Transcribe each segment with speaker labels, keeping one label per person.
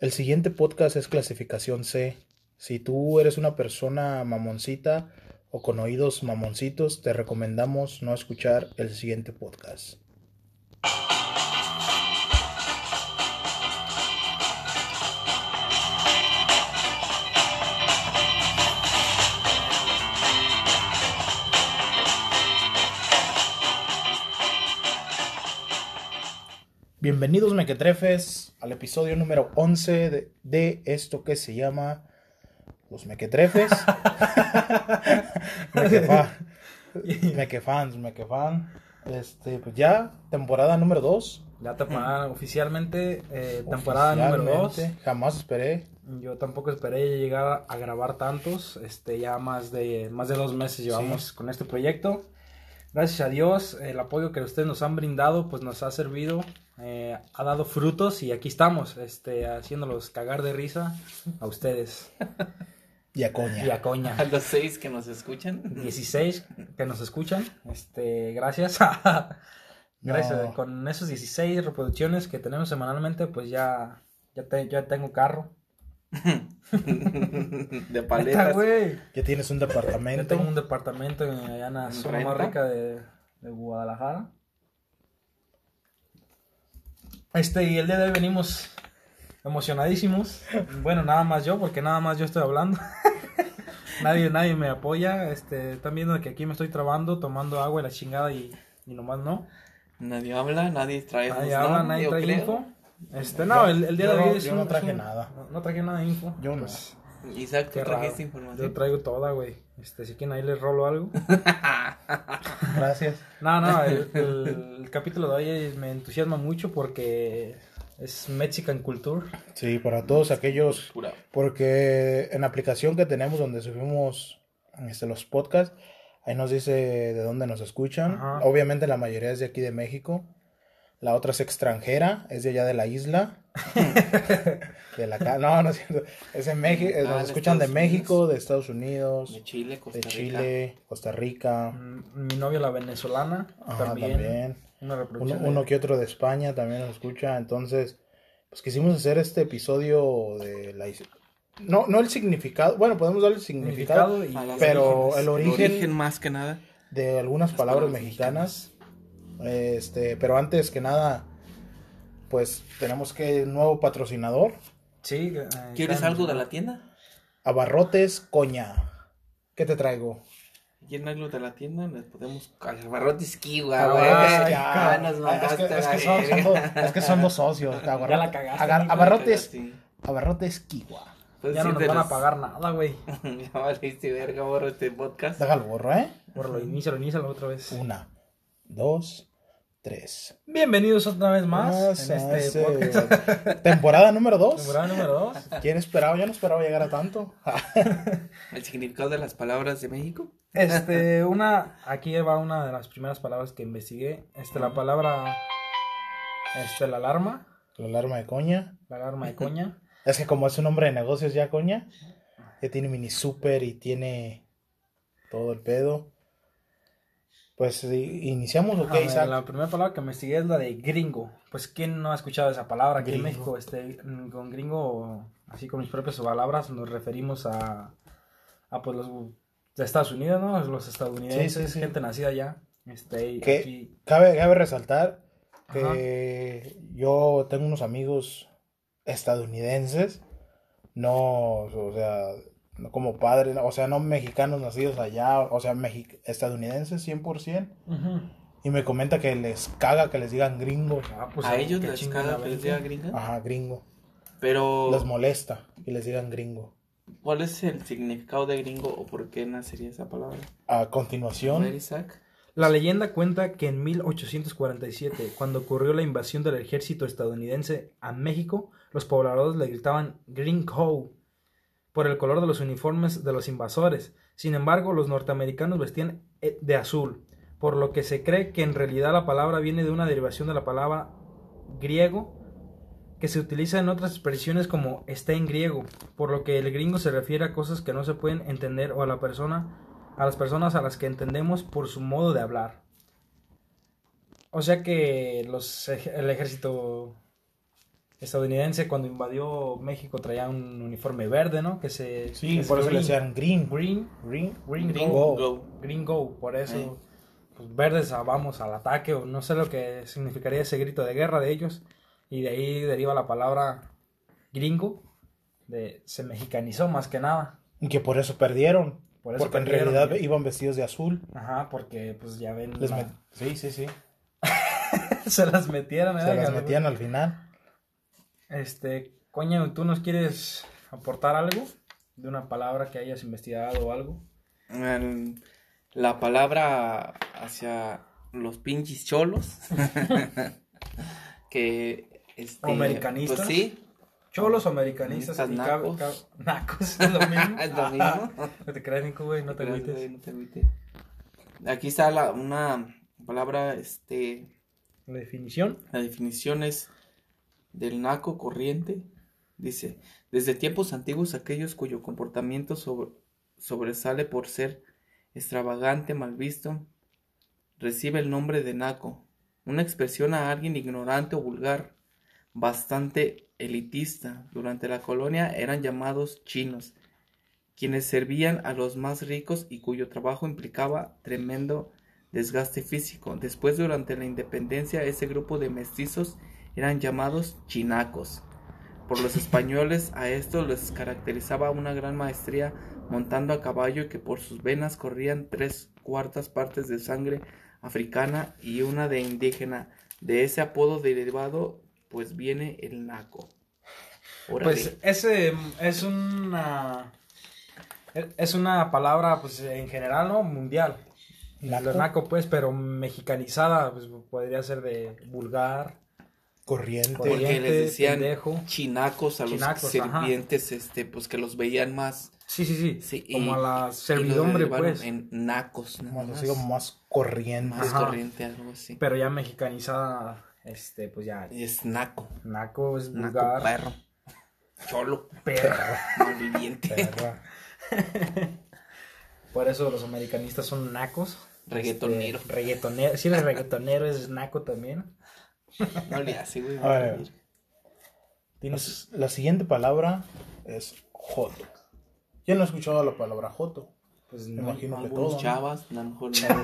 Speaker 1: El siguiente podcast es clasificación C. Si tú eres una persona mamoncita o con oídos mamoncitos, te recomendamos no escuchar el siguiente podcast. Bienvenidos mequetrefes al episodio número 11 de, de esto que se llama Los mequetrefes. Mequefa- mequefans, mequefan. Este, pues ya, temporada número 2.
Speaker 2: La temporada oficialmente, eh, temporada número 2.
Speaker 1: Jamás esperé.
Speaker 2: Yo tampoco esperé llegar a grabar tantos. Este, ya más de, más de dos meses llevamos con este proyecto. Gracias a Dios, el apoyo que ustedes nos han brindado, pues nos ha servido, eh, ha dado frutos y aquí estamos, este, haciéndolos cagar de risa a ustedes
Speaker 1: Y a coña.
Speaker 2: y a coña.
Speaker 3: A los seis que nos escuchan.
Speaker 2: 16 que nos escuchan, este, gracias.
Speaker 1: No,
Speaker 2: Gracias. Con esos 16 reproducciones que tenemos semanalmente, pues ya, ya, te- ya tengo carro.
Speaker 3: De
Speaker 2: Neta,
Speaker 3: paletas.
Speaker 2: güey.
Speaker 1: Ya tienes un
Speaker 2: Ya
Speaker 1: departamento.
Speaker 2: tengo un departamento en, allá en la
Speaker 3: ¿En
Speaker 2: zona más
Speaker 3: renta?
Speaker 2: rica de, de Guadalajara. Este, y el día de hoy venimos emocionadísimos. Bueno, nada más yo, porque nada más yo estoy hablando. nadie, nadie me apoya. Este, están viendo que aquí me estoy trabando, tomando agua y la chingada y, y nomás no.
Speaker 3: Nadie habla, nadie trae.
Speaker 2: Nadie
Speaker 1: Pues
Speaker 3: sus
Speaker 2: habla,
Speaker 3: nombres,
Speaker 2: nadie
Speaker 3: yo
Speaker 2: trae
Speaker 3: creo.
Speaker 2: info. Este, no, el, el día
Speaker 1: Yo
Speaker 2: de hoy
Speaker 1: no-
Speaker 2: es
Speaker 1: yo
Speaker 2: un-
Speaker 1: no
Speaker 2: es
Speaker 1: traje
Speaker 2: un-
Speaker 1: nada.
Speaker 2: No, no traje nada de info.
Speaker 1: Yo no.
Speaker 3: Isaac, ¿tú
Speaker 2: Qué raro.
Speaker 3: trajiste
Speaker 2: Yo
Speaker 3: información?
Speaker 2: traigo toda, güey. Este, si quieren ahí les rolo algo.
Speaker 1: Gracias.
Speaker 2: No, no, el, el- el capítulo de hoy es- me entusiasma mucho porque es Mexican Culture.
Speaker 1: Sí, para todos aquellos
Speaker 3: Pura.
Speaker 1: Porque en la aplicación que tenemos donde subimos este, los podcasts, ahí nos dice de dónde nos escuchan.
Speaker 2: Ajá.
Speaker 1: Obviamente la mayoría es de aquí de México. La otra es extranjera, es de allá de la isla. de la ca- No, no es cierto. Es en México,
Speaker 3: Ah,
Speaker 1: nos
Speaker 3: de
Speaker 1: escuchan de
Speaker 3: Estados
Speaker 1: México, de Estados Unidos,
Speaker 3: pues, De Chile, Costa
Speaker 1: de
Speaker 3: Rica.
Speaker 1: Chile, Costa Rica.
Speaker 2: Mm, Mi novia la venezolana
Speaker 1: Ajá,
Speaker 2: también.
Speaker 1: Ah, también.
Speaker 2: Una
Speaker 1: Uno,
Speaker 2: reproducción.
Speaker 1: uno
Speaker 2: de-
Speaker 1: que otro de España también nos escucha. Entonces, pues quisimos hacer este episodio de la is- no, no el significado, bueno, podemos darle el significado
Speaker 2: significado y
Speaker 3: A las
Speaker 1: Pero
Speaker 3: orígenes.
Speaker 1: el origen-
Speaker 3: más que nada.
Speaker 1: de algunas
Speaker 3: Las
Speaker 1: palabras
Speaker 3: palabras
Speaker 1: mexicanas. Este, pero antes que nada, pues tenemos que un nuevo patrocinador,
Speaker 2: Sí, eh,
Speaker 3: ¿Quieres
Speaker 2: están-
Speaker 3: algo de la tienda?
Speaker 1: Abarrotes Coña. ¿Qué te traigo?
Speaker 3: ¿Quieren algo de la tienda? Les podemos. Abarrotes Kiwa, güey.
Speaker 2: Ay,
Speaker 3: Ah,
Speaker 1: Ah,
Speaker 3: nos
Speaker 1: es
Speaker 3: mandaste
Speaker 1: que- es
Speaker 3: a
Speaker 1: que son-
Speaker 3: la
Speaker 1: son
Speaker 3: verga.
Speaker 1: dos- es que son dos socios.
Speaker 2: Ya
Speaker 1: Abarrotes,
Speaker 2: la cagaste,
Speaker 1: agar-
Speaker 2: amigo.
Speaker 1: abarrotes,
Speaker 3: Sí.
Speaker 1: abarrotes Kiwa.
Speaker 3: Pues
Speaker 2: Ya
Speaker 3: sí,
Speaker 2: no nos
Speaker 3: de
Speaker 2: van a
Speaker 3: los-
Speaker 2: pagar nada, güey.
Speaker 3: ya valiste verga, borro este podcast.
Speaker 1: Déjalo borro, ¿eh?
Speaker 2: Por lo inicio, lo inicio otra vez.
Speaker 1: Una, dos, tres.
Speaker 2: Bienvenidos otra vez más en
Speaker 1: Ah,
Speaker 2: este
Speaker 1: sí.
Speaker 2: podcast.
Speaker 1: Temporada número dos.
Speaker 2: Temporada número 2.
Speaker 1: ¿Quién esperaba? Yo no esperaba llegar a tanto.
Speaker 3: El significado de las palabras de México.
Speaker 2: Este, una, aquí va una de las primeras palabras que investigué. Este, la palabra, este, la alarma,
Speaker 1: La alarma de coña.
Speaker 2: la alarma de coña.
Speaker 1: Es que como es un nombre de negocios ya, coña, que tiene mini super y tiene todo el pedo. Pues i- iniciamos, ok,
Speaker 2: A ver,
Speaker 1: Isaac.
Speaker 2: Ah, la primera palabra que investigué es la de gringo. Pues, ¿quién no ha escuchado esa palabra aquí en
Speaker 1: Gringo.
Speaker 2: México? Este, mm, con gringo, así con mis propias palabras, nos referimos a, a pues, los de Estados Unidos, ¿no? Los estadounidenses,
Speaker 1: Sí, sí, sí.
Speaker 2: gente nacida allá. Este, y
Speaker 1: ¿Qué?
Speaker 2: aquí,
Speaker 1: Cabe, cabe resaltar que yo tengo unos amigos estadounidenses, no, o sea, no como padres, o sea, no mexicanos nacidos allá, o sea, mexi- estadounidenses 100%,
Speaker 2: Ujú.
Speaker 1: y me comenta que les caga que les digan gringos,
Speaker 2: Ah, pues,
Speaker 3: a ellos
Speaker 2: qué
Speaker 3: les
Speaker 2: chingada
Speaker 3: caga que les diga
Speaker 2: verga.
Speaker 3: gringa.
Speaker 1: ajá, gringo,
Speaker 3: Pero.
Speaker 1: les molesta que les digan gringo.
Speaker 3: ¿Cuál es el significado de gringo o por qué nacería esa palabra?
Speaker 1: A
Speaker 3: A ver,
Speaker 1: continuación,
Speaker 3: Isaac.
Speaker 2: La leyenda cuenta que en 1847, cuando ocurrió la invasión del ejército estadounidense a México, los pobladores le gritaban Gringo por el color de los uniformes de los invasores. Sin embargo, los norteamericanos vestían eh, de azul, por lo que se cree que en realidad la palabra viene de una derivación de la palabra griego que se utiliza en otras expresiones como está en griego, por lo que el gringo se refiere a cosas que no se pueden entender o a la persona a las personas a las que entendemos por su modo de hablar. O sea que los, ej- el ejército estadounidense cuando invadió México traía un uniforme verde, ¿no? Que se...
Speaker 1: Sí,
Speaker 2: que
Speaker 1: por
Speaker 2: es
Speaker 1: eso le
Speaker 2: green.
Speaker 1: decían green, green,
Speaker 2: Green,
Speaker 1: green,
Speaker 2: green,
Speaker 3: Green
Speaker 1: Go.
Speaker 2: go.
Speaker 3: Go.
Speaker 2: Green go, por eso.
Speaker 3: Eh.
Speaker 2: Pues verdes ah, vamos al ataque o no sé lo que significaría ese grito de guerra de ellos. Y de ahí deriva la palabra gringo, de se mexicanizó más que nada.
Speaker 1: Y que por eso perdieron.
Speaker 2: Por eso
Speaker 1: porque
Speaker 2: perdieron,
Speaker 1: en realidad
Speaker 2: güey.
Speaker 1: iban vestidos de azul.
Speaker 2: Ajá, porque pues ya ven,
Speaker 1: Les
Speaker 2: la-
Speaker 1: met- Sí, sí, sí.
Speaker 2: se las metieron.
Speaker 1: Se
Speaker 2: ¿eh?
Speaker 1: las metían al final.
Speaker 2: Este, coño, ¿tú nos quieres aportar algo? De una palabra que hayas investigado o algo.
Speaker 3: Mm, La palabra hacia los pinches cholos. que. Este,
Speaker 2: Americanistas.
Speaker 3: Pues sí.
Speaker 2: Cholos o americanistas
Speaker 3: Estas
Speaker 2: y cab-
Speaker 3: nacos.
Speaker 2: cab- nacos, es lo mismo.
Speaker 3: Es lo mismo.
Speaker 2: No te creas, Nico, güey, Ah. no te
Speaker 3: Gracias,
Speaker 2: agüites.
Speaker 3: güey, no te agüites. Aquí está la, una palabra, este,
Speaker 2: La definición.
Speaker 3: la definición es del naco corriente. Dice, desde tiempos antiguos aquellos cuyo comportamiento sobre- sobresale por ser extravagante, mal visto, recibe el nombre de naco. Una expresión a alguien ignorante o vulgar, bastante elitista. Durante la colonia eran llamados chinos, quienes servían a los más ricos y cuyo trabajo implicaba tremendo desgaste físico. Después, durante la independencia, ese grupo de mestizos eran llamados chinacos. Por los españoles a estos les caracterizaba una gran maestría montando a caballo y que por sus venas corrían tres cuartas partes de sangre africana y una de indígena. De ese apodo derivado, pues viene el naco. Órale.
Speaker 2: Pues ese mm, es una es una palabra pues en general, ¿no? Mundial.
Speaker 1: Naco,
Speaker 2: Lo naco pues, pero mexicanizada, pues podría ser de vulgar,
Speaker 1: corriente.
Speaker 3: Porque
Speaker 2: corriente,
Speaker 3: les decían
Speaker 2: pendejo.
Speaker 3: chinacos a los
Speaker 2: Chinacos, ajá.
Speaker 3: sirvientes, este, pues que los veían más
Speaker 2: Sí, sí, sí.
Speaker 3: Sí, y-
Speaker 2: como a la
Speaker 3: y lo
Speaker 2: servidumbre
Speaker 3: derivaron
Speaker 2: pues,
Speaker 3: En nacos, nada
Speaker 1: Más,
Speaker 3: más.
Speaker 1: así como más corriente.
Speaker 3: Más
Speaker 2: Ajá.
Speaker 3: corriente, algo así.
Speaker 2: pero ya mexicanizada este pues ya
Speaker 3: Y Es naco.
Speaker 2: naco es
Speaker 3: Naco,
Speaker 2: vulgar,
Speaker 3: perro. Cholo.
Speaker 2: perro.
Speaker 3: Malviviente.
Speaker 1: perra.
Speaker 2: Por eso los americanistas son nacos.
Speaker 3: Reggaetonero.
Speaker 2: Este, reggaetonero, si eres reggaetonero es naco también.
Speaker 3: No le hace, güey.
Speaker 1: A ver.
Speaker 2: Tienes
Speaker 1: La siguiente palabra es joto. ¿Ya no he escuchado la palabra joto?
Speaker 2: pues
Speaker 1: Me
Speaker 2: no,
Speaker 1: imagino que
Speaker 3: Algunos
Speaker 1: todos.
Speaker 3: chavas, a lo mejor no.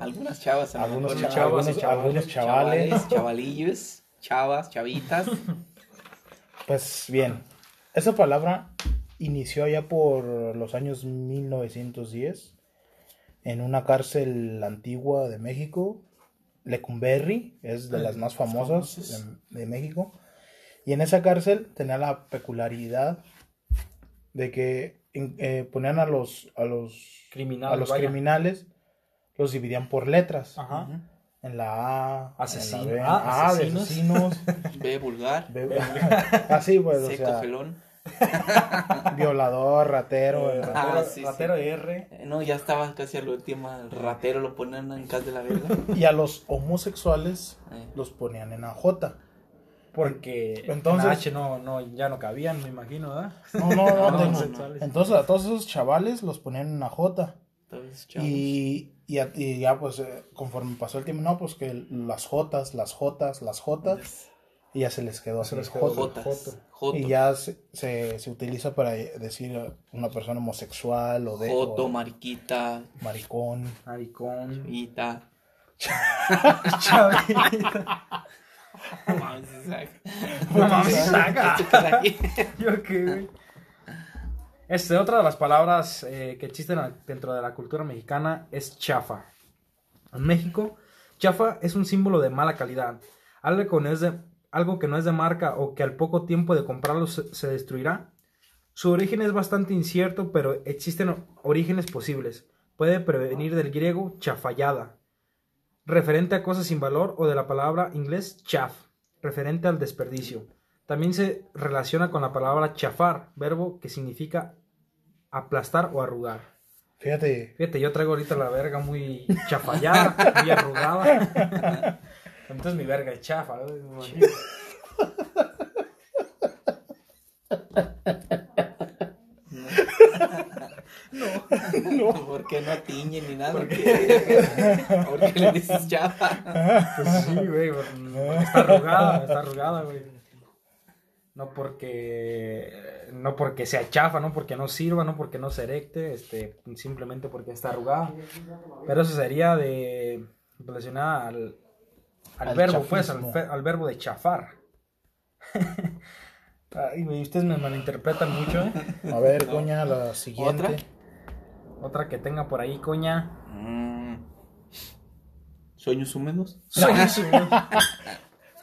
Speaker 3: Algunas chavas, a lo
Speaker 1: Algunos,
Speaker 3: mejor
Speaker 1: cha-
Speaker 3: no.
Speaker 2: chavos y
Speaker 1: algunos-
Speaker 2: chavales.
Speaker 1: algunos chavales.
Speaker 3: Chavales, chavalillos, chavas, chavitas.
Speaker 1: Pues bien, esa palabra inició ya por los años 1910 en una cárcel antigua de México, Lecumberri, es de las más famosas
Speaker 3: famosas.
Speaker 1: de, de México. Y en esa cárcel tenía la peculiaridad de que en- eh, ponían a los, a los,
Speaker 2: criminales,
Speaker 1: a los
Speaker 2: vaya.
Speaker 1: criminales, los dividían por letras.
Speaker 2: Ajá.
Speaker 1: En la A,
Speaker 2: Asesino-
Speaker 1: en la B,
Speaker 2: ah,
Speaker 1: A de
Speaker 2: asesinos.
Speaker 1: asesinos,
Speaker 3: Ve vulgar.
Speaker 1: B- así pues, o
Speaker 3: seco,
Speaker 1: sea,
Speaker 3: felón.
Speaker 1: Violador, ratero,
Speaker 2: Eh,
Speaker 1: el-
Speaker 2: ratero,
Speaker 3: Ah, sí, sí.
Speaker 2: ratero R.
Speaker 3: Eh, No, ya estaba casi al último. El ratero lo ponían en casa de la verga.
Speaker 1: y a los homosexuales
Speaker 3: Eh.
Speaker 1: los ponían en AJ.
Speaker 2: Porque
Speaker 1: Entonces-
Speaker 2: entonces H no, no, ya no cabían, me imagino, ¿verdad?
Speaker 1: No, no, no,
Speaker 3: No,
Speaker 1: te-
Speaker 3: no,
Speaker 2: no.
Speaker 1: entonces a todos esos chavales los ponían en AJ.
Speaker 3: Entonces, chavos.
Speaker 1: Y, y, a- y ya pues eh, conforme pasó el tiempo, no, pues que las Jotas, las Jotas, las Jotas, y ya se les quedó
Speaker 2: Se
Speaker 1: así,
Speaker 2: les quedó
Speaker 1: Jota.
Speaker 3: Jotas.
Speaker 2: Joto.
Speaker 3: Joto.
Speaker 1: Y ya se, se, se utiliza para decir a una persona homosexual o de o
Speaker 3: Joto, mariquita,
Speaker 1: maricón.
Speaker 2: Maricón.
Speaker 3: ita.
Speaker 2: Chavita.
Speaker 3: No mames, Isaac.
Speaker 2: No mames, saca.
Speaker 3: Esto queda aquí.
Speaker 2: Yo qué, güey. Este, otra de las palabras eh, que existen a- dentro de la cultura mexicana es chafa. En México, chafa es un símbolo de mala calidad. Algo que no es de, algo que no es de marca o que al poco tiempo de comprarlo se, se destruirá. Su origen es bastante incierto, pero existen orígenes posibles. Puede prevenir del griego chafallada, referente a cosas sin valor, o de la palabra inglés chaff, referente al desperdicio. También se relaciona con la palabra chafar, verbo que significa aplastar o arrugar.
Speaker 1: Fíjate,
Speaker 2: Fíjate, yo traigo ahorita la verga muy chafallada, muy arrugada. Entonces mi verga es chafa. ¿no? Me imagino.
Speaker 1: No.
Speaker 3: Porque no tiñe ni nada. Porque, le dices chava.
Speaker 2: Pues sí, güey. porque Está arrugada, está arrugada, güey. No porque. No porque sea chafa, no porque no sirva, no porque no se erecte, este, simplemente porque está arrugada. Pero eso sería de. relacionada al. Al,
Speaker 1: Al
Speaker 2: verbo, pues, al,
Speaker 1: chafismo.
Speaker 2: fe- al verbo de chafar. Ay, güey, ustedes me malinterpretan mucho, ¿eh?
Speaker 1: A ver, coña, la siguiente.
Speaker 3: ¿Otra?
Speaker 2: Otra que tenga por ahí, coña.
Speaker 3: Mm. ¿Sueños húmedos?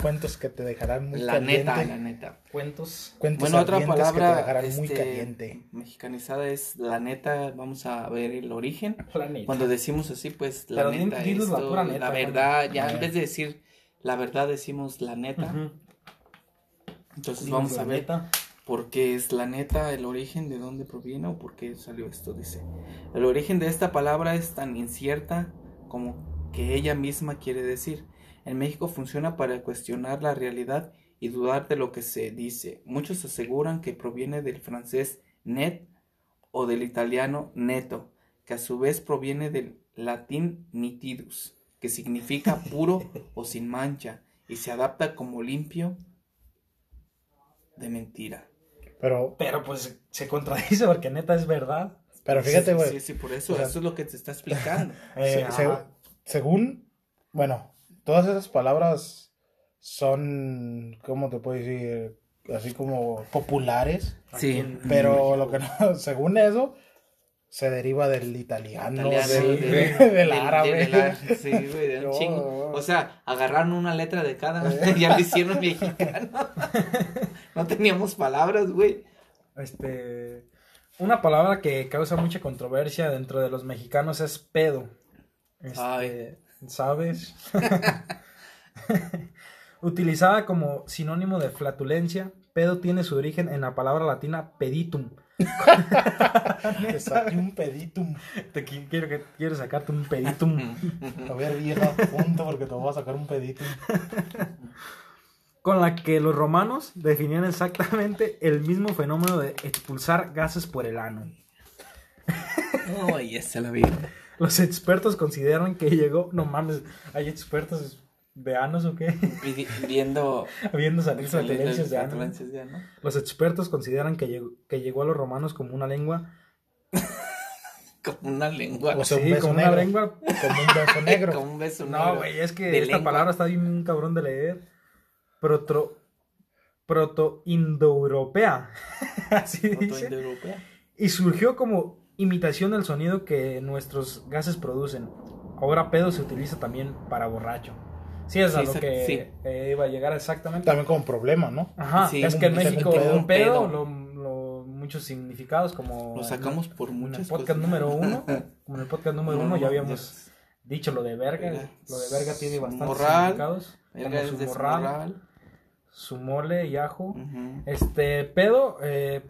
Speaker 1: Cuentos que te dejarán muy
Speaker 3: la
Speaker 1: caliente.
Speaker 3: neta, la neta.
Speaker 2: Cuentos.
Speaker 1: Cuentos
Speaker 3: Bueno, otra
Speaker 1: ardientes que te
Speaker 3: palabra
Speaker 1: dejarán muy
Speaker 3: este,
Speaker 1: caliente.
Speaker 3: mexicanizada es la neta. Vamos a ver el origen.
Speaker 2: planeta.
Speaker 3: Cuando decimos así, pues la
Speaker 2: Pero di-
Speaker 3: neta,
Speaker 2: dinos la
Speaker 3: esto,
Speaker 2: pura neta,
Speaker 3: la
Speaker 2: Juan.
Speaker 3: verdad, ya
Speaker 1: Ajá.
Speaker 3: en vez de decir la verdad decimos la neta.
Speaker 2: Ujú.
Speaker 3: Entonces
Speaker 2: Dinos
Speaker 3: vamos
Speaker 2: la
Speaker 3: a ver
Speaker 2: neta.
Speaker 3: por qué es la neta, el origen de dónde proviene o por qué salió esto. Dice, el origen de esta palabra es tan incierta como que ella misma quiere decir. En México funciona para cuestionar la realidad y dudar de lo que se dice. Muchos aseguran que proviene del francés net o del italiano neto, que a su vez proviene del latín nitidus, que significa puro o sin mancha, y se adapta como limpio de mentira.
Speaker 1: Pero,
Speaker 2: Pero pues se contradice porque neta es verdad.
Speaker 1: pero fíjate,
Speaker 3: Sí,
Speaker 1: güey.
Speaker 3: Sí, sí, por eso,
Speaker 1: o sea-
Speaker 3: eso es lo que te está explicando.
Speaker 1: se-
Speaker 2: Eh,
Speaker 1: se-
Speaker 2: ajá.
Speaker 1: según, bueno, todas esas palabras son, ¿cómo te puedo decir? Así como populares,
Speaker 3: Sí.
Speaker 2: Aquí en-
Speaker 1: pero lo que no, según eso, se deriva del italiano,
Speaker 3: Italiano,
Speaker 1: del,
Speaker 3: de-
Speaker 1: del árabe.
Speaker 3: del árabe, sí, güey, de un
Speaker 1: No.
Speaker 3: chingo. O sea, agarraron una letra de cada, ya lo hicieron mexicano. no teníamos palabras, güey.
Speaker 2: Este, una palabra que causa mucha controversia dentro de los mexicanos es pedo. Este,
Speaker 3: Ay.
Speaker 2: ¿Sabes? Utilizada como sinónimo de flatulencia, pedo tiene su origen en la palabra latina peditum.
Speaker 1: Que saque un peditum.
Speaker 2: Te qui- quiero, que, quiero sacarte un peditum.
Speaker 1: A ver, vieja, punto, porque te voy a sacar un peditum.
Speaker 2: con la que los romanos definían exactamente el mismo fenómeno de expulsar gases por el ano.
Speaker 3: Ay, esa la vi.
Speaker 2: Los expertos consideran que llegó, no mames, hay expertos de anos o qué,
Speaker 3: Vi- Viendo
Speaker 2: habiendo salido flatulencias de ano.
Speaker 3: Flatulencias de ano.
Speaker 2: Los expertos consideran que llegó, que llegó a los romanos como una lengua,
Speaker 3: Como una lengua.
Speaker 1: O sea, un
Speaker 2: sí,
Speaker 1: beso
Speaker 2: como
Speaker 1: negro.
Speaker 2: una lengua.
Speaker 1: Como un beso negro.
Speaker 3: Como un beso
Speaker 2: No,
Speaker 3: negro.
Speaker 2: güey, es que
Speaker 3: De
Speaker 2: esta
Speaker 3: lengua.
Speaker 2: palabra está bien cabrón de leer. Protro, proto-indoeuropea, así dice.
Speaker 3: Protoindoeuropea.
Speaker 2: y surgió como imitación del sonido que nuestros gases producen. Ahora pedo se utiliza también para borracho. Sí, es a
Speaker 3: Sí,
Speaker 2: lo
Speaker 3: exact-
Speaker 2: que
Speaker 3: sí.
Speaker 2: eh, iba a llegar exactamente.
Speaker 1: También como problema, ¿no?
Speaker 2: Ajá,
Speaker 3: Sí,
Speaker 2: es que en
Speaker 1: un-
Speaker 2: México
Speaker 1: un pedo.
Speaker 2: un pedo,
Speaker 3: Un pedo.
Speaker 2: lo- lo- muchos significados como...
Speaker 3: Lo sacamos por
Speaker 2: en el
Speaker 3: muchas
Speaker 2: podcast
Speaker 3: cosas.
Speaker 2: número uno, como en el podcast número
Speaker 3: No,
Speaker 2: uno ya
Speaker 3: no,
Speaker 2: habíamos dicho lo de verga,
Speaker 3: Verga.
Speaker 2: lo de verga tiene bastantes
Speaker 3: Morral,
Speaker 2: significados, como
Speaker 3: ya- Verga
Speaker 2: su
Speaker 3: es de su
Speaker 2: morral,
Speaker 3: moral. Mm.
Speaker 2: su mole y ajo.
Speaker 3: Ujú.
Speaker 2: Este, pedo, eh,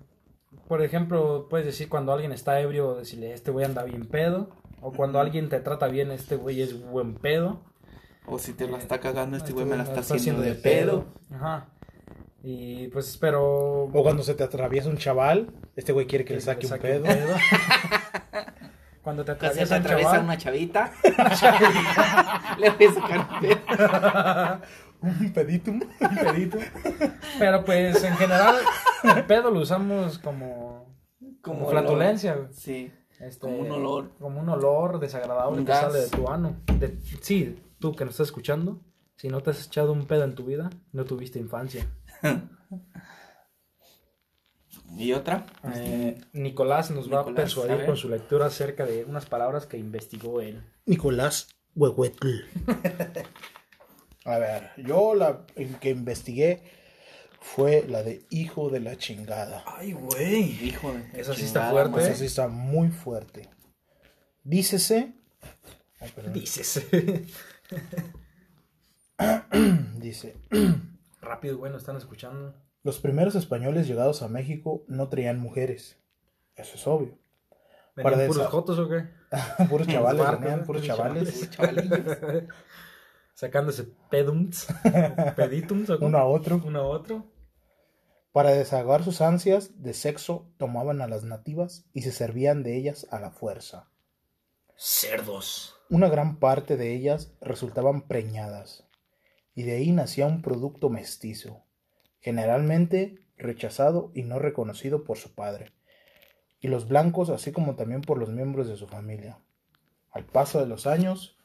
Speaker 2: por ejemplo, puedes decir cuando alguien está ebrio, decirle, este güey anda bien pedo. O cuando
Speaker 3: Ujú.
Speaker 2: alguien te trata bien, este güey es buen pedo.
Speaker 3: O si te la está cagando, este
Speaker 2: Este
Speaker 3: güey me la
Speaker 2: güey
Speaker 3: está haciendo de pedo.
Speaker 2: Ajá. Y pues, pero...
Speaker 1: O cuando se te atraviesa un chaval, este güey quiere que le saque un pedo.
Speaker 2: cuando te
Speaker 3: Que se te
Speaker 2: atraviesa un
Speaker 3: atraviesa
Speaker 2: chaval,
Speaker 3: una chavita. Le voy a sacar un pedo.
Speaker 1: Un peditum.
Speaker 2: un pedito. Pero pues, en general, el pedo lo usamos como... Como
Speaker 3: olor.
Speaker 2: flatulencia, güey.
Speaker 3: Sí.
Speaker 2: Este,
Speaker 3: Como un olor.
Speaker 2: Como un olor desagradable
Speaker 3: Un
Speaker 2: que
Speaker 3: gas.
Speaker 2: sale de tu ano. De- sí, tú que nos estás escuchando, si no te has echado un pedo en tu vida, no tuviste infancia.
Speaker 3: ¿Y otra?
Speaker 2: Eh, Nicolás nos va a
Speaker 3: Este, Nicolás,
Speaker 2: persuadir
Speaker 3: a ver.
Speaker 2: con su lectura acerca de unas palabras que investigó él.
Speaker 1: Nicolás Huehuetl. A ver, yo la que investigué fue la de hijo de la chingada.
Speaker 2: Ay, güey.
Speaker 3: Hijo de.
Speaker 2: Esa sí está
Speaker 3: chingada
Speaker 2: fuerte. ¿eh?
Speaker 3: madre.
Speaker 1: Esa sí está muy fuerte. Dícese. Ay, perdón.
Speaker 2: Dices.
Speaker 1: Dice.
Speaker 2: Rápido, güey, nos están escuchando.
Speaker 1: Los primeros españoles llegados a México no traían mujeres. Eso es obvio. Para
Speaker 2: ¿Venían puros
Speaker 1: desa-
Speaker 2: jotos o qué?
Speaker 1: Puros chavales,
Speaker 2: Barcos,
Speaker 1: venían puros chavales.
Speaker 3: Uy, chavalillos.
Speaker 2: Sacándose pedums. Peditums o qué?
Speaker 1: Uno a otro.
Speaker 2: Uno a otro.
Speaker 1: Para desahogar sus ansias de sexo, tomaban a las nativas y se servían de ellas a la fuerza.
Speaker 2: Cerdos.
Speaker 1: Una gran parte de ellas resultaban preñadas, y de ahí nacía un producto mestizo, generalmente rechazado y no reconocido por su padre, y los blancos así como también por los miembros de su familia. Al paso de los años,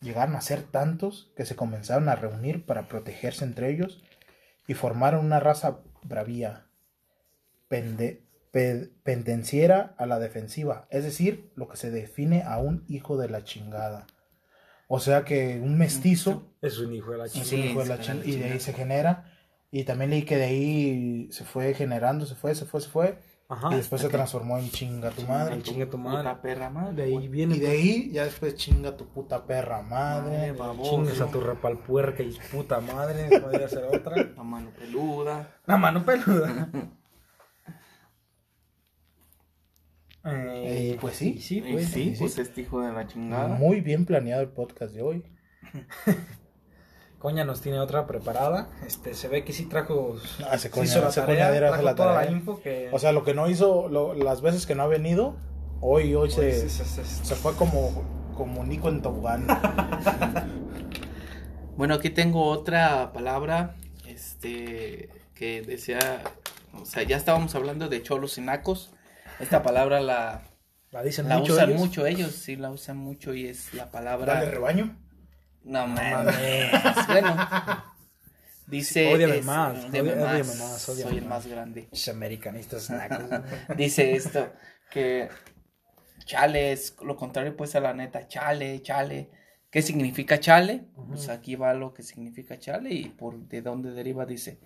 Speaker 1: llegaron a ser tantos que se comenzaron a reunir para protegerse entre ellos y formaron una raza bravía, pende- pe- pendenciera a la defensiva, es decir, lo que se define a un hijo de la chingada. O sea que un mestizo
Speaker 2: Es un hijo de la
Speaker 1: es
Speaker 2: chingada.
Speaker 1: un
Speaker 3: Sí,
Speaker 1: hijo de la
Speaker 3: es de
Speaker 1: chin-
Speaker 3: la
Speaker 1: y de
Speaker 3: chingada.
Speaker 1: ahí se genera. Y también leí que de ahí se fue generando, se fue, se fue, se fue.
Speaker 2: Ajá.
Speaker 1: y después
Speaker 3: Ah, ok.
Speaker 1: se transformó en chinga tu madre.
Speaker 2: tu chinga tu madre.
Speaker 3: Puta perra madre.
Speaker 2: De ahí
Speaker 1: Y
Speaker 2: viene.
Speaker 1: de ahí ya después chinga tu puta perra
Speaker 3: Madre
Speaker 1: madre.
Speaker 3: baboso.
Speaker 2: Chingas a tu rapalpuerca y puta madre. Podría ser otra.
Speaker 3: La mano peluda.
Speaker 2: La mano peluda. Eh,
Speaker 1: Eh, pues sí.
Speaker 2: y sí,
Speaker 3: Y
Speaker 2: pues.
Speaker 3: sí,
Speaker 1: sí.
Speaker 3: pues este hijo de la chingada.
Speaker 1: Muy bien planeado el podcast de hoy.
Speaker 2: Coña nos tiene otra preparada. Este, se ve que sí trajo.
Speaker 1: Ah, ese
Speaker 2: sí
Speaker 1: coña-
Speaker 2: hizo la
Speaker 1: ese
Speaker 2: tarea,
Speaker 1: coñadera hace
Speaker 2: trajo
Speaker 1: la
Speaker 2: toda
Speaker 1: tarea.
Speaker 2: la info que.
Speaker 1: O sea, lo que no hizo, lo- las veces que no ha venido, hoy, hoy se,
Speaker 2: Pues, es- es- es-
Speaker 1: se fue como, como Nico en Tobogán.
Speaker 3: Bueno, aquí tengo otra palabra, este, que decía, o sea, ya estábamos hablando de cholos y nacos. Esta palabra la,
Speaker 2: La dicen
Speaker 3: la
Speaker 2: mucho.
Speaker 3: usan
Speaker 2: ellos.
Speaker 3: mucho ellos, sí la usan mucho y es la palabra.
Speaker 1: Dale rebaño.
Speaker 3: No mames. bueno. Dice.
Speaker 2: Ódiame
Speaker 3: es-
Speaker 2: más,
Speaker 3: ódiame
Speaker 2: ódiame
Speaker 3: más,
Speaker 2: más,
Speaker 3: Soy
Speaker 2: ódiame
Speaker 3: el
Speaker 2: más.
Speaker 3: más grande.
Speaker 2: Sh, Americanistas nacos.
Speaker 3: Dice esto, que chale es lo contrario pues a la neta, chale, chale. ¿Qué significa chale? Pues aquí va lo que significa chale y por de dónde deriva dice.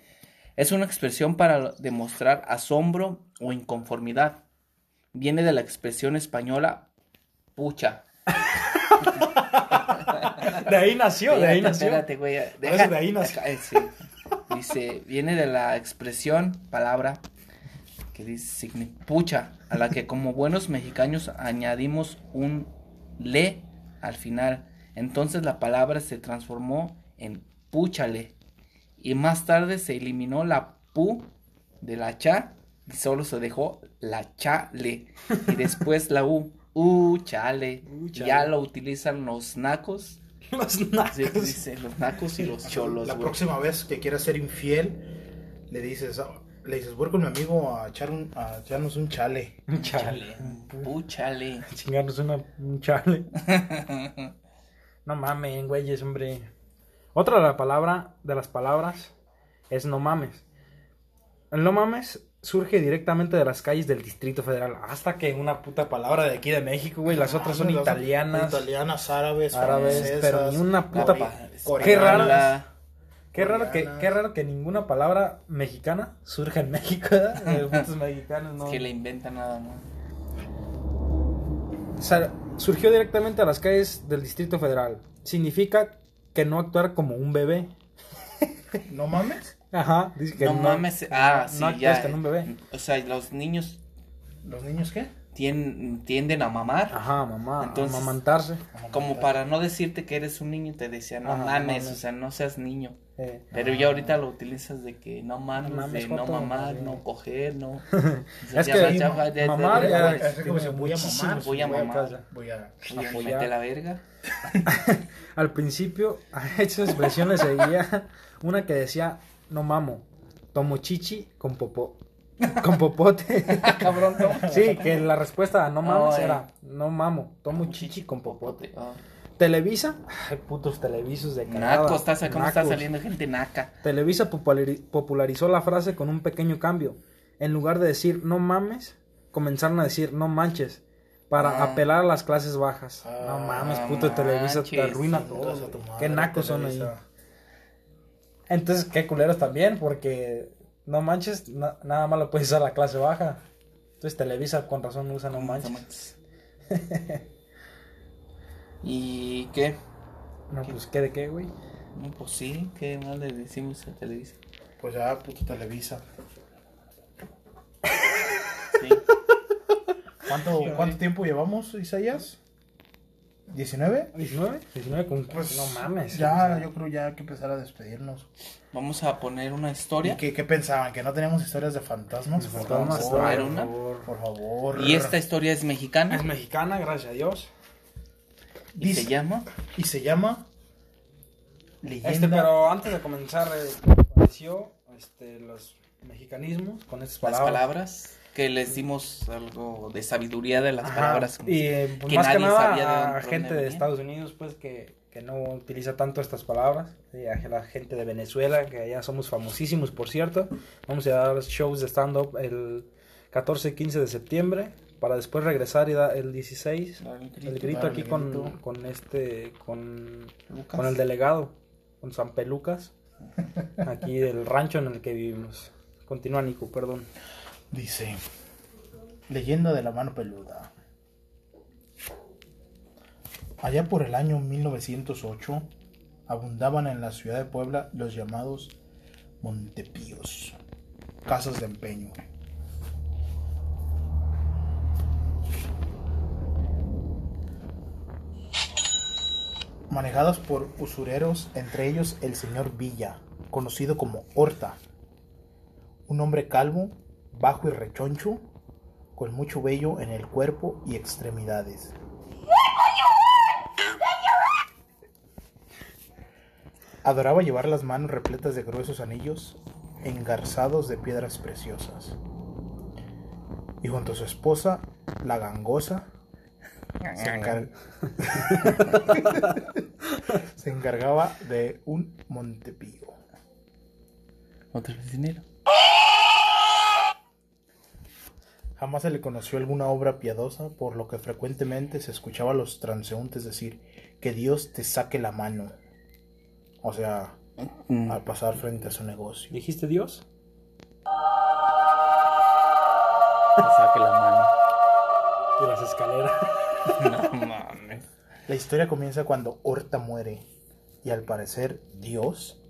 Speaker 3: Es una expresión para demostrar asombro o inconformidad. Viene de la expresión española pucha.
Speaker 2: De ahí nació, de ahí
Speaker 3: Espérate,
Speaker 2: nació.
Speaker 3: espérate, güey.
Speaker 1: Por eso de ahí nació.
Speaker 3: Acá, eh, sí. Dice, viene de la expresión, palabra, que dice signi- pucha, a la que como buenos mexicanos añadimos un le al final. Entonces la palabra se transformó en púchale. Y más tarde se eliminó la pu de la cha y solo se dejó la chale. Y después la u. Uh, chale.
Speaker 2: Uh, chale.
Speaker 3: Ya lo utilizan los nacos.
Speaker 2: Los nacos.
Speaker 3: Sí, dice, los nacos y los cholos,
Speaker 1: La
Speaker 3: güey.
Speaker 1: próxima vez que quieras ser infiel, le dices, ah, le dices, voy con mi amigo a, echar un- a echarnos un chale.
Speaker 2: Chale.
Speaker 3: Púchale.
Speaker 2: Chingarnos una, un chale. no mamen, güeyes, hombre. Otra de, la palabra, de las palabras es no mames. El no mames surge directamente de las calles del Distrito Federal. Hasta que una puta palabra de aquí de México, güey. Las otras son
Speaker 1: Ah, las-
Speaker 2: italianas.
Speaker 1: Italianas, árabes,
Speaker 2: Árabes,
Speaker 1: francesas,
Speaker 2: pero ni una puta
Speaker 1: la-
Speaker 2: pa-
Speaker 1: coreanas.
Speaker 2: Qué raro.
Speaker 3: La-
Speaker 2: Qué raro, que,
Speaker 1: coreanas.
Speaker 2: qué raro que ninguna palabra mexicana surja en México. ¿verdad? Los putos mexicanos no.
Speaker 3: Es que le inventan nada más.
Speaker 2: O sea, surgió directamente a las calles del Distrito Federal. Significa que no actuar como un bebé.
Speaker 1: No mames,
Speaker 2: Ajá, dice que
Speaker 3: no, mames. Ah,
Speaker 2: no
Speaker 3: sí,
Speaker 2: actúas
Speaker 3: ya.
Speaker 2: con un bebé.
Speaker 3: O sea, los niños
Speaker 1: ¿los niños qué?
Speaker 3: tien- tienden a mamar.
Speaker 2: Ajá, mamá,
Speaker 3: Entonces-
Speaker 2: amamantarse.
Speaker 3: Como para no decirte que eres un niño, te decían, no
Speaker 2: Ajá, no
Speaker 3: mames,
Speaker 2: mames.
Speaker 3: o sea, no seas niño.
Speaker 2: Eh,
Speaker 3: Pero ya ahorita lo utilizas de que no mames,
Speaker 2: No mames,
Speaker 3: de no
Speaker 2: joto,
Speaker 3: mamar,
Speaker 2: sí.
Speaker 3: no coger, no.
Speaker 2: Es que
Speaker 3: va- va- de- de-
Speaker 2: mamar
Speaker 3: de-
Speaker 2: ya-
Speaker 3: de-
Speaker 1: Es como si
Speaker 2: tiene
Speaker 1: voy a
Speaker 2: muchísimo-
Speaker 1: mamar,
Speaker 3: voy a
Speaker 2: voy a
Speaker 3: mamar.
Speaker 2: casa.
Speaker 1: Voy a...
Speaker 3: Oye,
Speaker 2: apoyar.
Speaker 3: mete la verga.
Speaker 2: Al principio, a esas expresiones seguía una que decía, no mamo, tomo chichi con popó. Con popote.
Speaker 3: Cabrón, no.
Speaker 2: Ah, Sí, que la respuesta a no mames
Speaker 3: Ay.
Speaker 2: era, no mamo, tomo chichi con popote.
Speaker 3: Ah.
Speaker 2: Televisa, ay, putos televisos de cagada.
Speaker 3: Naco, está, sa- ¿cómo está
Speaker 2: Nacos.
Speaker 3: saliendo gente naca?
Speaker 2: Televisa populari- popularizó la frase con un pequeño cambio. En lugar de decir no mames, comenzaron a decir no manches para
Speaker 3: Ah.
Speaker 2: apelar a las clases bajas. no
Speaker 1: Ah,
Speaker 2: mames, puto
Speaker 3: manches,
Speaker 2: Televisa te arruina
Speaker 3: sí,
Speaker 2: todo.
Speaker 1: Chingas a tu
Speaker 2: güey.
Speaker 1: madre,
Speaker 2: Qué nacos son ahí.
Speaker 1: Televisa.
Speaker 2: Entonces, qué culeros también, porque no manches, na- nada más lo puedes usar la clase baja. Entonces Televisa con razón usa no manches.
Speaker 3: ¿Y qué?
Speaker 2: No, pues qué de qué, güey.
Speaker 3: No, pues sí, ¿qué más le decimos a Televisa?
Speaker 1: Pues ya, puto Televisa.
Speaker 3: Sí.
Speaker 1: ¿Cuánto, cuánto tiempo llevamos, Isaías? ¿19?
Speaker 2: ¿19? ¿19 con No mames.
Speaker 1: Pues, Ya, yo creo ya hay que empezar a despedirnos.
Speaker 3: Vamos a poner una
Speaker 1: ¿Y
Speaker 3: historia.
Speaker 1: qué, qué pensaban? ¿Que no teníamos historias de fantasmas?
Speaker 2: Nos
Speaker 1: Por
Speaker 2: faltaba más
Speaker 1: favor,
Speaker 3: traer
Speaker 2: por
Speaker 3: una.
Speaker 2: favor.
Speaker 1: Por favor.
Speaker 3: Y este- esta historia es
Speaker 2: Es
Speaker 3: mexicana
Speaker 2: mexicana, gracias a Dios.
Speaker 3: y se
Speaker 1: dice-
Speaker 3: llama
Speaker 1: Y se llama Leyenda.
Speaker 2: Este, pero antes de comenzar, eh, apareció este, los mexicanismos con estas
Speaker 3: Las
Speaker 2: palabras.
Speaker 3: palabras que les dimos algo de sabiduría de las
Speaker 2: Ajá,
Speaker 3: palabras.
Speaker 2: Y eh, pues,
Speaker 3: que
Speaker 2: más que
Speaker 3: nadie
Speaker 2: nada
Speaker 3: sabía de
Speaker 2: a
Speaker 3: dónde
Speaker 2: gente de
Speaker 3: venían.
Speaker 2: Estados Unidos, pues que, que no utiliza tanto estas palabras. Y a la gente de Venezuela, que allá somos famosísimos, por cierto. Vamos a dar shows de stand-up el 14 y 15 de septiembre. Para después regresar y dar el 16.
Speaker 3: Dar el grito,
Speaker 2: El grito
Speaker 1: dar
Speaker 2: aquí
Speaker 1: el
Speaker 2: con,
Speaker 1: grito.
Speaker 2: con este. Con,
Speaker 3: Lucas.
Speaker 2: con el delegado. Con San Pelucas. Aquí del rancho en el que vivimos. Continúa, Nico, perdón.
Speaker 1: Dice Leyenda de la mano peluda. Allá por el año 1908 abundaban en la ciudad de Puebla los llamados Montepíos, casas de empeño. Manejadas por usureros, entre ellos el señor Villa, conocido como Horta un hombre calvo, bajo y rechoncho, con mucho vello en el cuerpo y extremidades. Adoraba llevar las manos repletas de gruesos anillos engarzados de piedras preciosas. Y junto a su esposa, la gangosa, se,
Speaker 3: Eh.
Speaker 1: encar- se encargaba de un montepío.
Speaker 3: Otra vez dinero.
Speaker 1: Jamás se le conoció alguna obra piadosa, por lo que frecuentemente se escuchaba a los transeúntes decir que Dios te saque la mano. O sea,
Speaker 3: Mm.
Speaker 1: al pasar frente a su negocio.
Speaker 2: ¿Dijiste Dios?
Speaker 3: Que saque la
Speaker 2: De las escaleras.
Speaker 3: mano. No mames.
Speaker 1: La historia comienza cuando Horta muere y al parecer Dios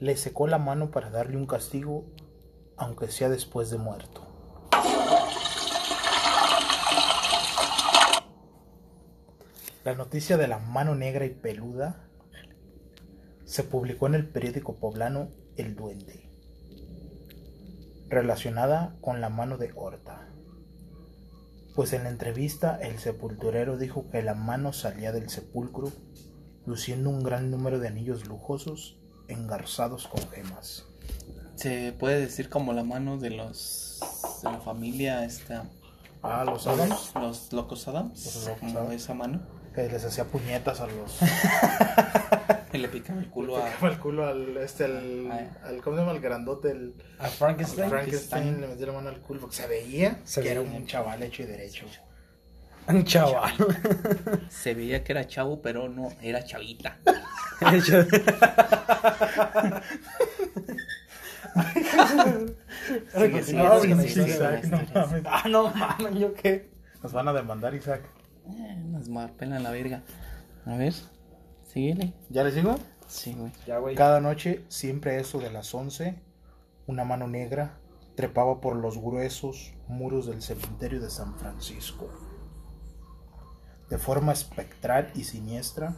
Speaker 1: le secó la mano para darle un castigo, aunque sea después de muerto. La noticia de la mano negra y peluda se publicó en el periódico poblano El Duende, relacionada con la mano de Horta. Pues en la entrevista el sepulturero dijo que la mano salía del sepulcro luciendo un gran número de anillos lujosos engarzados con gemas.
Speaker 3: Se puede decir como la mano de los de la familia esta
Speaker 1: Ah, los Adams.
Speaker 3: los locos Adams,
Speaker 1: Los locos
Speaker 3: como
Speaker 1: Adams.
Speaker 3: esa mano
Speaker 1: Que les hacía puñetas a los...
Speaker 3: que le picaba el culo a
Speaker 1: Picaba el culo al... Este, al,
Speaker 3: Ay.
Speaker 1: al- ¿Cómo se llama? El grandote, el...
Speaker 2: A Frankenstein.
Speaker 1: Frankenstein le metió la mano al culo porque se veía
Speaker 2: Se
Speaker 1: que era
Speaker 2: veía.
Speaker 1: un chaval hecho y derecho.
Speaker 2: Un chaval.
Speaker 3: se veía que era chavo pero no era chavita. Sigue, sigue,
Speaker 2: No,
Speaker 3: sigue,
Speaker 2: no,
Speaker 3: sigue, sigue,
Speaker 2: Isaac,
Speaker 3: sigue, sigue.
Speaker 2: ah, no mames, yo qué.
Speaker 1: Nos van a demandar, Isaac.
Speaker 3: Eh, Nos marpelan la verga. A ver, síguele.
Speaker 1: ¿Ya les digo?
Speaker 3: Sí, güey.
Speaker 2: Ya, güey.
Speaker 1: Cada noche, siempre a eso de las 11, una mano negra trepaba por los gruesos muros del cementerio de San Francisco. De forma espectral y siniestra,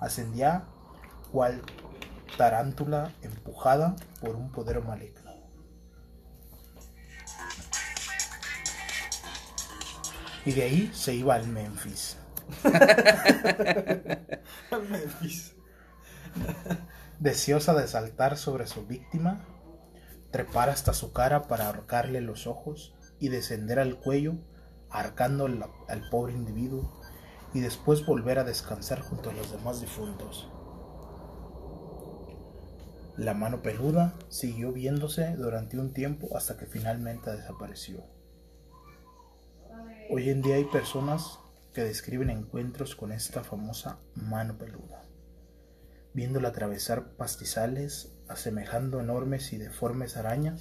Speaker 1: ascendía cual tarántula empujada por un poder maligno. Y de ahí se iba al Memphis.
Speaker 2: Memphis.
Speaker 1: deseosa de saltar sobre su víctima, trepar hasta su cara para ahorcarle los ojos y descender al cuello, arcando al, al pobre individuo y después volver a descansar junto a los demás difuntos. La mano peluda siguió viéndose durante un tiempo hasta que finalmente desapareció. Hoy en día hay personas que describen encuentros con esta famosa mano peluda viéndola atravesar pastizales, asemejando enormes y deformes arañas,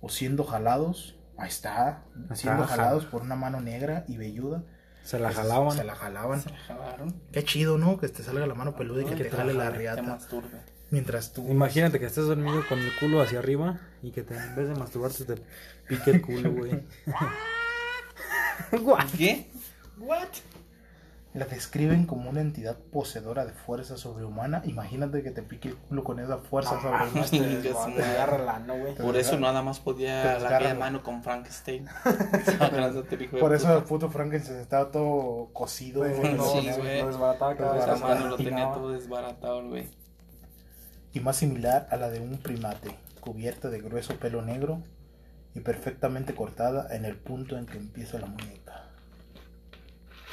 Speaker 1: o siendo jalados, ahí está, siendo
Speaker 2: Ajá.
Speaker 1: jalados por una mano negra y velluda.
Speaker 2: Se la
Speaker 1: que Pues, se-
Speaker 2: jalaban.
Speaker 1: Se la jalaban.
Speaker 3: Se la jalaron.
Speaker 1: Qué chido, ¿no? Que te salga la mano peluda y que
Speaker 3: Ay,
Speaker 1: te jale la
Speaker 3: Ah, Te
Speaker 1: riata.
Speaker 3: masturbe.
Speaker 1: Mientras tú.
Speaker 2: Imagínate que estés dormido con el culo hacia arriba y que te, en vez de masturbarte te pique el culo, güey.
Speaker 3: ¿Qué?
Speaker 1: What? La describen como una entidad poseedora de fuerza sobrehumana. Imagínate que te pique el culo con esa fuerza
Speaker 2: Ah,
Speaker 1: sobrehumana.
Speaker 2: Te
Speaker 3: Dios
Speaker 2: desgarra-
Speaker 3: mío.
Speaker 2: te agarra la, ¿no, güey?
Speaker 1: Pero
Speaker 3: Por eso
Speaker 1: desgarra-
Speaker 3: nada más
Speaker 1: pero
Speaker 3: podía
Speaker 1: desgarra,
Speaker 3: la de
Speaker 1: güey.
Speaker 3: mano con Frankenstein. Agarrándote el hijo de
Speaker 1: Por eso el
Speaker 3: puta.
Speaker 1: puto Frankenstein estaba todo cosido. güey,
Speaker 3: no,
Speaker 1: todo
Speaker 3: sí,
Speaker 1: negro.
Speaker 3: güey.
Speaker 2: Lo desbarataba cada vez
Speaker 3: Esa
Speaker 2: más,
Speaker 3: mano lo tenía
Speaker 2: patinaba.
Speaker 3: todo desbaratado, güey.
Speaker 1: y más similar a la de un primate, cubierta de grueso pelo negro y perfectamente cortada en el punto en que empieza la muñeca.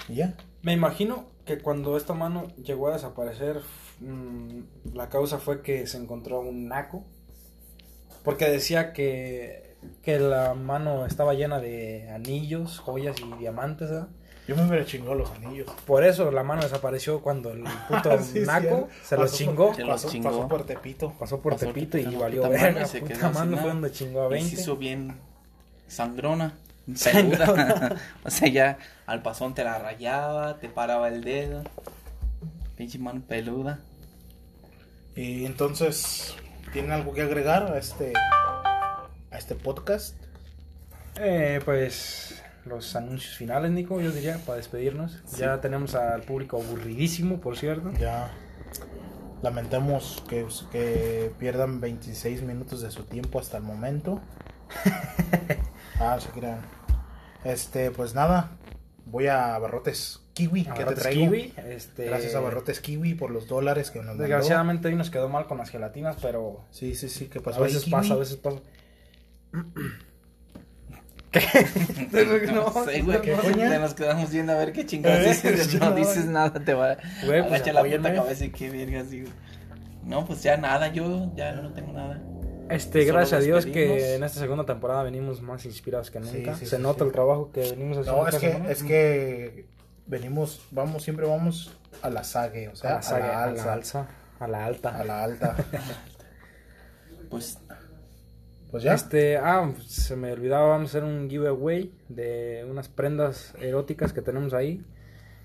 Speaker 1: ¿Y ya?
Speaker 2: Me imagino que cuando esta mano llegó a desaparecer, mm, la causa fue que se encontró un naco. Porque decía que, que la mano estaba llena de anillos, joyas y diamantes. ¿verdad?
Speaker 1: Yo me hubiera chingado los anillos.
Speaker 2: Por eso la mano desapareció cuando el
Speaker 3: Ah,
Speaker 2: puto
Speaker 1: Ah, Sí,
Speaker 2: naco
Speaker 1: cierto.
Speaker 2: se los
Speaker 1: Pasó
Speaker 2: chingó.
Speaker 1: por-
Speaker 3: Se los
Speaker 1: pasó,
Speaker 3: chingó.
Speaker 1: pasó por Tepito.
Speaker 2: Pasó por
Speaker 3: pasó
Speaker 2: Tepito y
Speaker 3: por
Speaker 2: valió
Speaker 3: puta mano
Speaker 2: verga.
Speaker 3: y se
Speaker 2: puta
Speaker 3: quedó sin
Speaker 2: mano fue
Speaker 3: nada.
Speaker 2: donde chingó a
Speaker 3: Y se
Speaker 2: 20.
Speaker 3: hizo bien sangrona.
Speaker 2: Sangrona.
Speaker 3: peluda. o sea, ya al pasón te la rayaba, te paraba el dedo. Pinche mano peluda.
Speaker 1: Y entonces, ¿tienen algo que agregar a este, a este podcast?
Speaker 2: Eh, pues los anuncios finales, Nico, yo diría, para despedirnos.
Speaker 3: Sí.
Speaker 2: Ya tenemos al público aburridísimo, por cierto.
Speaker 1: Ya lamentamos que, que pierdan 26 minutos de su tiempo hasta el momento. ah, se crean. Este, pues nada, voy a Abarrotes Kiwi, que te
Speaker 2: Abarrotes
Speaker 1: traigo.
Speaker 2: Kiwi, este,
Speaker 1: Gracias a Abarrotes Kiwi por los dólares que nos mandó.
Speaker 2: Desgraciadamente hoy nos quedó mal con las gelatinas, pero
Speaker 1: Sí, sí, sí, que
Speaker 3: Pues
Speaker 2: a
Speaker 1: pasó ahí,
Speaker 2: veces
Speaker 1: Kiwi?
Speaker 2: pasa, a veces pasa.
Speaker 3: No sé, güey.
Speaker 1: ¿qué coño?
Speaker 3: Te nos quedamos viendo a ver qué chingados
Speaker 1: Eh,
Speaker 3: dices.
Speaker 1: yo
Speaker 3: No
Speaker 1: no.
Speaker 3: dices nada, te va a
Speaker 2: Güey, pues,
Speaker 3: agachar la puta
Speaker 2: apóyenme.
Speaker 3: cabeza y qué vergas digo. No, pues ya nada, yo ya no tengo nada.
Speaker 2: Este,
Speaker 3: Solo
Speaker 2: gracias a Dios
Speaker 3: despedimos.
Speaker 2: que en esta segunda temporada venimos más inspirados que
Speaker 1: Sí,
Speaker 2: nunca.
Speaker 1: sí,
Speaker 2: Se
Speaker 1: sí,
Speaker 2: nota
Speaker 1: sí.
Speaker 2: el trabajo que venimos haciendo.
Speaker 1: No, es
Speaker 2: cada
Speaker 1: que,
Speaker 2: semana.
Speaker 1: es que venimos, vamos, siempre vamos a la sague, o
Speaker 2: a
Speaker 1: sea,
Speaker 2: la, saga, a la
Speaker 1: alza,
Speaker 2: alza, a la alta.
Speaker 1: a la alta.
Speaker 3: Pues
Speaker 1: Pues ya,
Speaker 2: Este, ah, se me olvidaba, vamos a hacer un giveaway de unas prendas eróticas que tenemos ahí.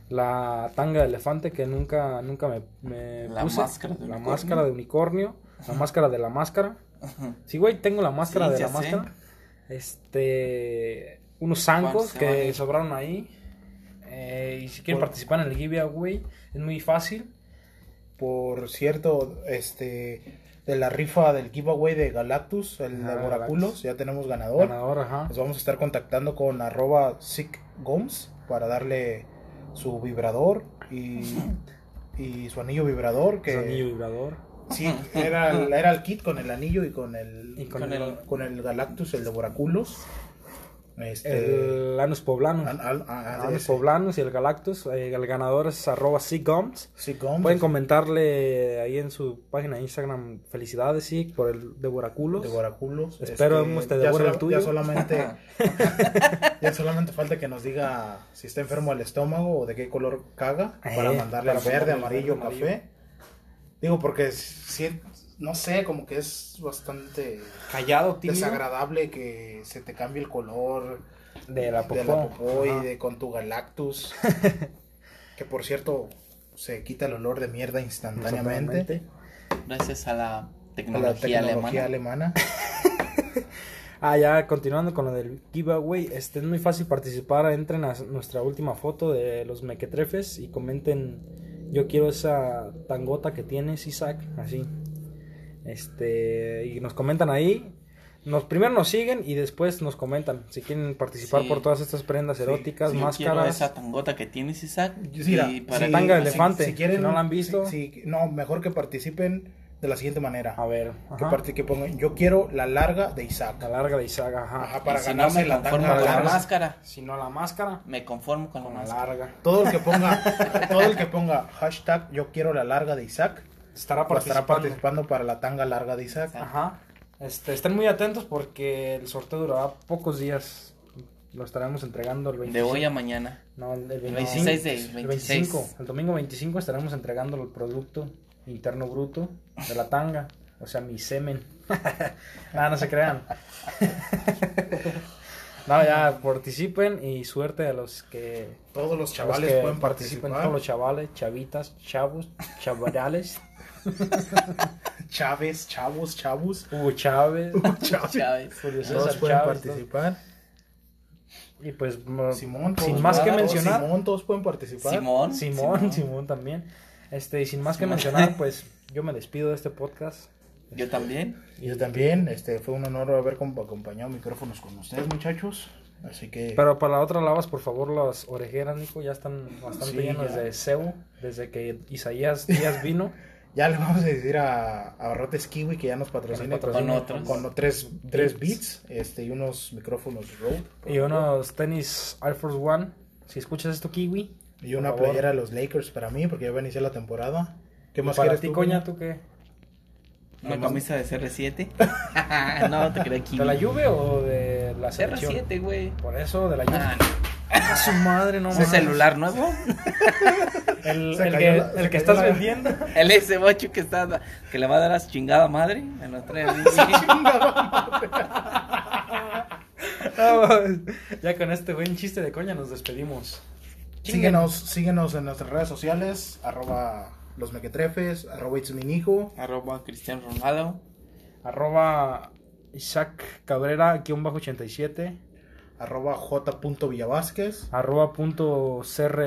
Speaker 2: La tanga de elefante que nunca, nunca me, me
Speaker 3: La
Speaker 2: puse.
Speaker 3: máscara de
Speaker 2: la
Speaker 3: unicornio.
Speaker 2: máscara de unicornio. La máscara de la máscara. Sí, güey, tengo la máscara
Speaker 3: Sí,
Speaker 2: de
Speaker 3: ya
Speaker 2: la
Speaker 3: sé.
Speaker 2: máscara. Este, unos zancos
Speaker 3: se llama
Speaker 2: que
Speaker 3: ahí?
Speaker 2: sobraron ahí. Eh, y si quieren
Speaker 1: Por-
Speaker 2: participar en el giveaway, es muy fácil.
Speaker 1: por cierto, este, de la rifa del giveaway de Galactus, el
Speaker 2: Ah,
Speaker 1: de
Speaker 2: Galactus.
Speaker 1: Boraculos, ya tenemos ganador.
Speaker 2: Ganador, ajá.
Speaker 1: Nos vamos a estar contactando con arroba sickgomes para darle su vibrador y, y su anillo vibrador, que
Speaker 2: Anillo vibrador.
Speaker 1: sí, era, el- era el kit con el anillo y con el,
Speaker 2: Y con,
Speaker 3: con
Speaker 2: el,
Speaker 3: el-
Speaker 1: con el Galactus, el de Boraculos. Este, ah,
Speaker 2: el anus poblano.
Speaker 1: An- al- a- a-
Speaker 2: Adam
Speaker 1: ese.
Speaker 2: Poblanos y el Galactus. eh, el ganador es arroba SeaGums.
Speaker 1: Sí, pues, Gomes.
Speaker 2: Pueden comentarle ahí en su página de Instagram. Felicidades, sí, por el de Boraculos.
Speaker 1: De Guaraculos.
Speaker 2: Espero este, hemos te
Speaker 1: ya
Speaker 2: devora el
Speaker 1: sola-
Speaker 2: tuyo.
Speaker 1: Ya solamente, ya solamente falta que nos diga si está enfermo el estómago o de qué color caga
Speaker 2: Eh,
Speaker 1: para mandarle
Speaker 2: para
Speaker 1: al verde,
Speaker 2: mandarle
Speaker 1: amarillo,
Speaker 2: al verde,
Speaker 1: café. Digo, porque si, no sé, como que es bastante
Speaker 2: Callado, tímido.
Speaker 1: desagradable que se te cambie el color
Speaker 2: De la popó.
Speaker 1: de la popó y
Speaker 2: Ajá.
Speaker 1: de con tu Galactus. que por cierto, se quita el olor de mierda instantáneamente.
Speaker 2: Exactamente.
Speaker 3: gracias a la
Speaker 1: A la
Speaker 3: tecnología,
Speaker 1: tecnología
Speaker 3: alemana.
Speaker 1: alemana.
Speaker 2: Ah, ya continuando con lo del giveaway, este es muy fácil participar, entren a nuestra última foto de los mequetrefes y comenten, yo quiero esa tangota que tienes, Isaac, así. Este, y nos comentan ahí, nos primero nos siguen y después nos comentan si quieren participar
Speaker 3: Sí.
Speaker 2: por todas estas prendas
Speaker 1: Sí,
Speaker 2: eróticas,
Speaker 3: Yo quiero
Speaker 2: máscaras.
Speaker 3: esa tangota que tienes, Isaac.
Speaker 1: Yo- sí, mira, sí,
Speaker 2: Tanga de
Speaker 1: si-
Speaker 2: elefante,
Speaker 1: Si, quieren,
Speaker 2: si no la han visto.
Speaker 1: si- si- no, mejor que participen de la siguiente manera.
Speaker 2: A
Speaker 1: Que,
Speaker 2: ver, Ah, ajá, Ah,
Speaker 1: parte- que pongan, yo quiero la larga de
Speaker 2: la
Speaker 1: Isaac.
Speaker 2: larga de Isaac, ajá.
Speaker 1: Ajá,
Speaker 3: Para
Speaker 1: para
Speaker 3: y si no
Speaker 1: ganarse
Speaker 3: me
Speaker 1: la
Speaker 3: conformo
Speaker 1: tanga
Speaker 3: con la
Speaker 1: larga.
Speaker 3: máscara.
Speaker 2: Si no la máscara,
Speaker 3: Me conformo con la
Speaker 2: con la
Speaker 3: máscara.
Speaker 2: larga.
Speaker 1: Todo el que ponga, todo el que ponga hashtag yo quiero la larga de Isaac,
Speaker 2: Estará
Speaker 1: estará
Speaker 2: participando.
Speaker 1: participando para la tanga larga de Isaac.
Speaker 2: Ajá. Este, estén muy atentos porque el sorteo durará pocos días. Lo estaremos entregando el 25.
Speaker 3: De hoy a mañana.
Speaker 2: No, el
Speaker 3: El
Speaker 2: 25.
Speaker 3: 26 de
Speaker 2: El
Speaker 3: 26.
Speaker 2: 25. El domingo 25 estaremos entregando el producto interno bruto de la tanga. O sea, mi semen. Nada, no se crean. no, ya participen y suerte a los que.
Speaker 1: Todos los
Speaker 2: a los
Speaker 1: chavales
Speaker 2: que
Speaker 1: pueden
Speaker 2: participen,
Speaker 1: participar.
Speaker 2: Todos los chavales, chavitas, chavos, chavarales.
Speaker 1: Chávez, Chavos, Chavos.
Speaker 2: Hugo Chávez.
Speaker 1: Hugo Chávez.
Speaker 3: Chávez.
Speaker 2: Julio
Speaker 1: César
Speaker 2: César pueden
Speaker 1: Chávez,
Speaker 2: participar. Y pues mo-
Speaker 1: Simón,
Speaker 2: Sin
Speaker 1: todos
Speaker 2: más que
Speaker 1: pueden-
Speaker 2: mencionar.
Speaker 1: Simón, todos pueden participar.
Speaker 3: Simón.
Speaker 2: Simón, Simón, también. Este, y sin más que
Speaker 3: Simón.
Speaker 2: mencionar, pues yo me despido de este podcast.
Speaker 3: Yo también.
Speaker 1: Y yo también, este, fue un honor haber comp- acompañado micrófonos con ustedes, muchachos. Así que
Speaker 2: Pero para la otra lavas, por favor, las orejeras, Nico, ya están bastante
Speaker 1: Sí,
Speaker 2: llenas
Speaker 1: ya.
Speaker 2: de cebo desde que Isaías Díaz vino.
Speaker 1: ya le vamos a decir a, a Barrotes Kiwi que ya nos patrocina con,
Speaker 2: patrocine
Speaker 3: con-
Speaker 1: con tres, tres beats
Speaker 2: Beats.
Speaker 1: este, y unos micrófonos Rode. por
Speaker 2: y
Speaker 1: favor.
Speaker 2: unos tenis Air Force One. Si escuchas esto, Kiwi.
Speaker 1: Y una
Speaker 2: por favor.
Speaker 1: playera de los Lakers para mí, porque ya va a iniciar la temporada. ¿Qué
Speaker 2: Y
Speaker 1: más
Speaker 2: para
Speaker 1: quieres
Speaker 2: ti,
Speaker 1: tú,
Speaker 2: coña,
Speaker 1: Coña?
Speaker 2: ¿tú qué?
Speaker 3: Una
Speaker 1: Nomás-
Speaker 3: camisa de CR7. no, te crees aquí.
Speaker 2: ¿De la lluvia o de la selección?
Speaker 3: CR7, güey.
Speaker 2: Por eso, de la lluvia.
Speaker 3: Ah, no.
Speaker 2: A su madre, no
Speaker 3: ¿Ese
Speaker 2: mames.
Speaker 3: celular nuevo?
Speaker 2: El,
Speaker 1: Se
Speaker 2: el
Speaker 1: cayó
Speaker 2: que,
Speaker 1: la- se
Speaker 2: el que
Speaker 1: cayó
Speaker 2: estás
Speaker 1: la-
Speaker 2: vendiendo.
Speaker 3: El S8 que está que le va a dar a su chingada madre. Me lo trae así.
Speaker 2: Vamos. ya con este buen chiste de coña nos despedimos.
Speaker 1: Síguenos, síguenos en nuestras redes sociales, arroba los mequetrefes, arroba it's mi hijo.
Speaker 3: Arroba Cristian Ronaldo.
Speaker 2: Arroba Isaac Cabrera, guión bajo 87.
Speaker 1: arroba j.villavásquez,
Speaker 2: Arroba punto CR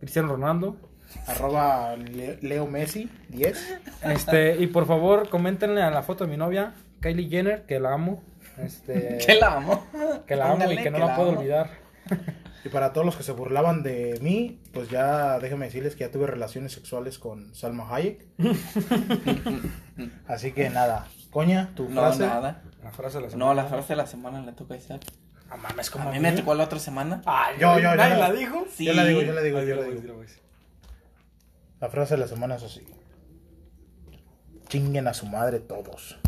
Speaker 2: Cristiano Ronaldo.
Speaker 1: arroba Le- Leo Messi 10.
Speaker 2: Este, y por favor, coméntenle a la foto de mi novia, Kylie Jenner, que la amo. Este,
Speaker 3: Que la amo.
Speaker 2: que la amo y que no la, puedo olvidar.
Speaker 1: Y para todos los que se burlaban de mí, pues ya déjenme decirles que ya tuve relaciones sexuales con Salma Hayek. Así que nada, coña, tu
Speaker 3: No,
Speaker 1: frase.
Speaker 3: nada.
Speaker 2: La frase de la Ah,
Speaker 3: No, la frase de la semana le toca a Isaac.
Speaker 2: No mames, como
Speaker 3: A mí me tocó la otra semana.
Speaker 2: Ay,
Speaker 1: Yo, yo, yo
Speaker 2: ¿nadie
Speaker 1: la-
Speaker 2: la dijo?
Speaker 3: Sí.
Speaker 1: Yo la digo, yo la digo,
Speaker 2: Ay,
Speaker 1: yo
Speaker 2: dilo,
Speaker 1: la
Speaker 2: pues,
Speaker 1: digo.
Speaker 2: dilo, pues.
Speaker 1: La frase de la semana es así. Chinguen a su madre todos.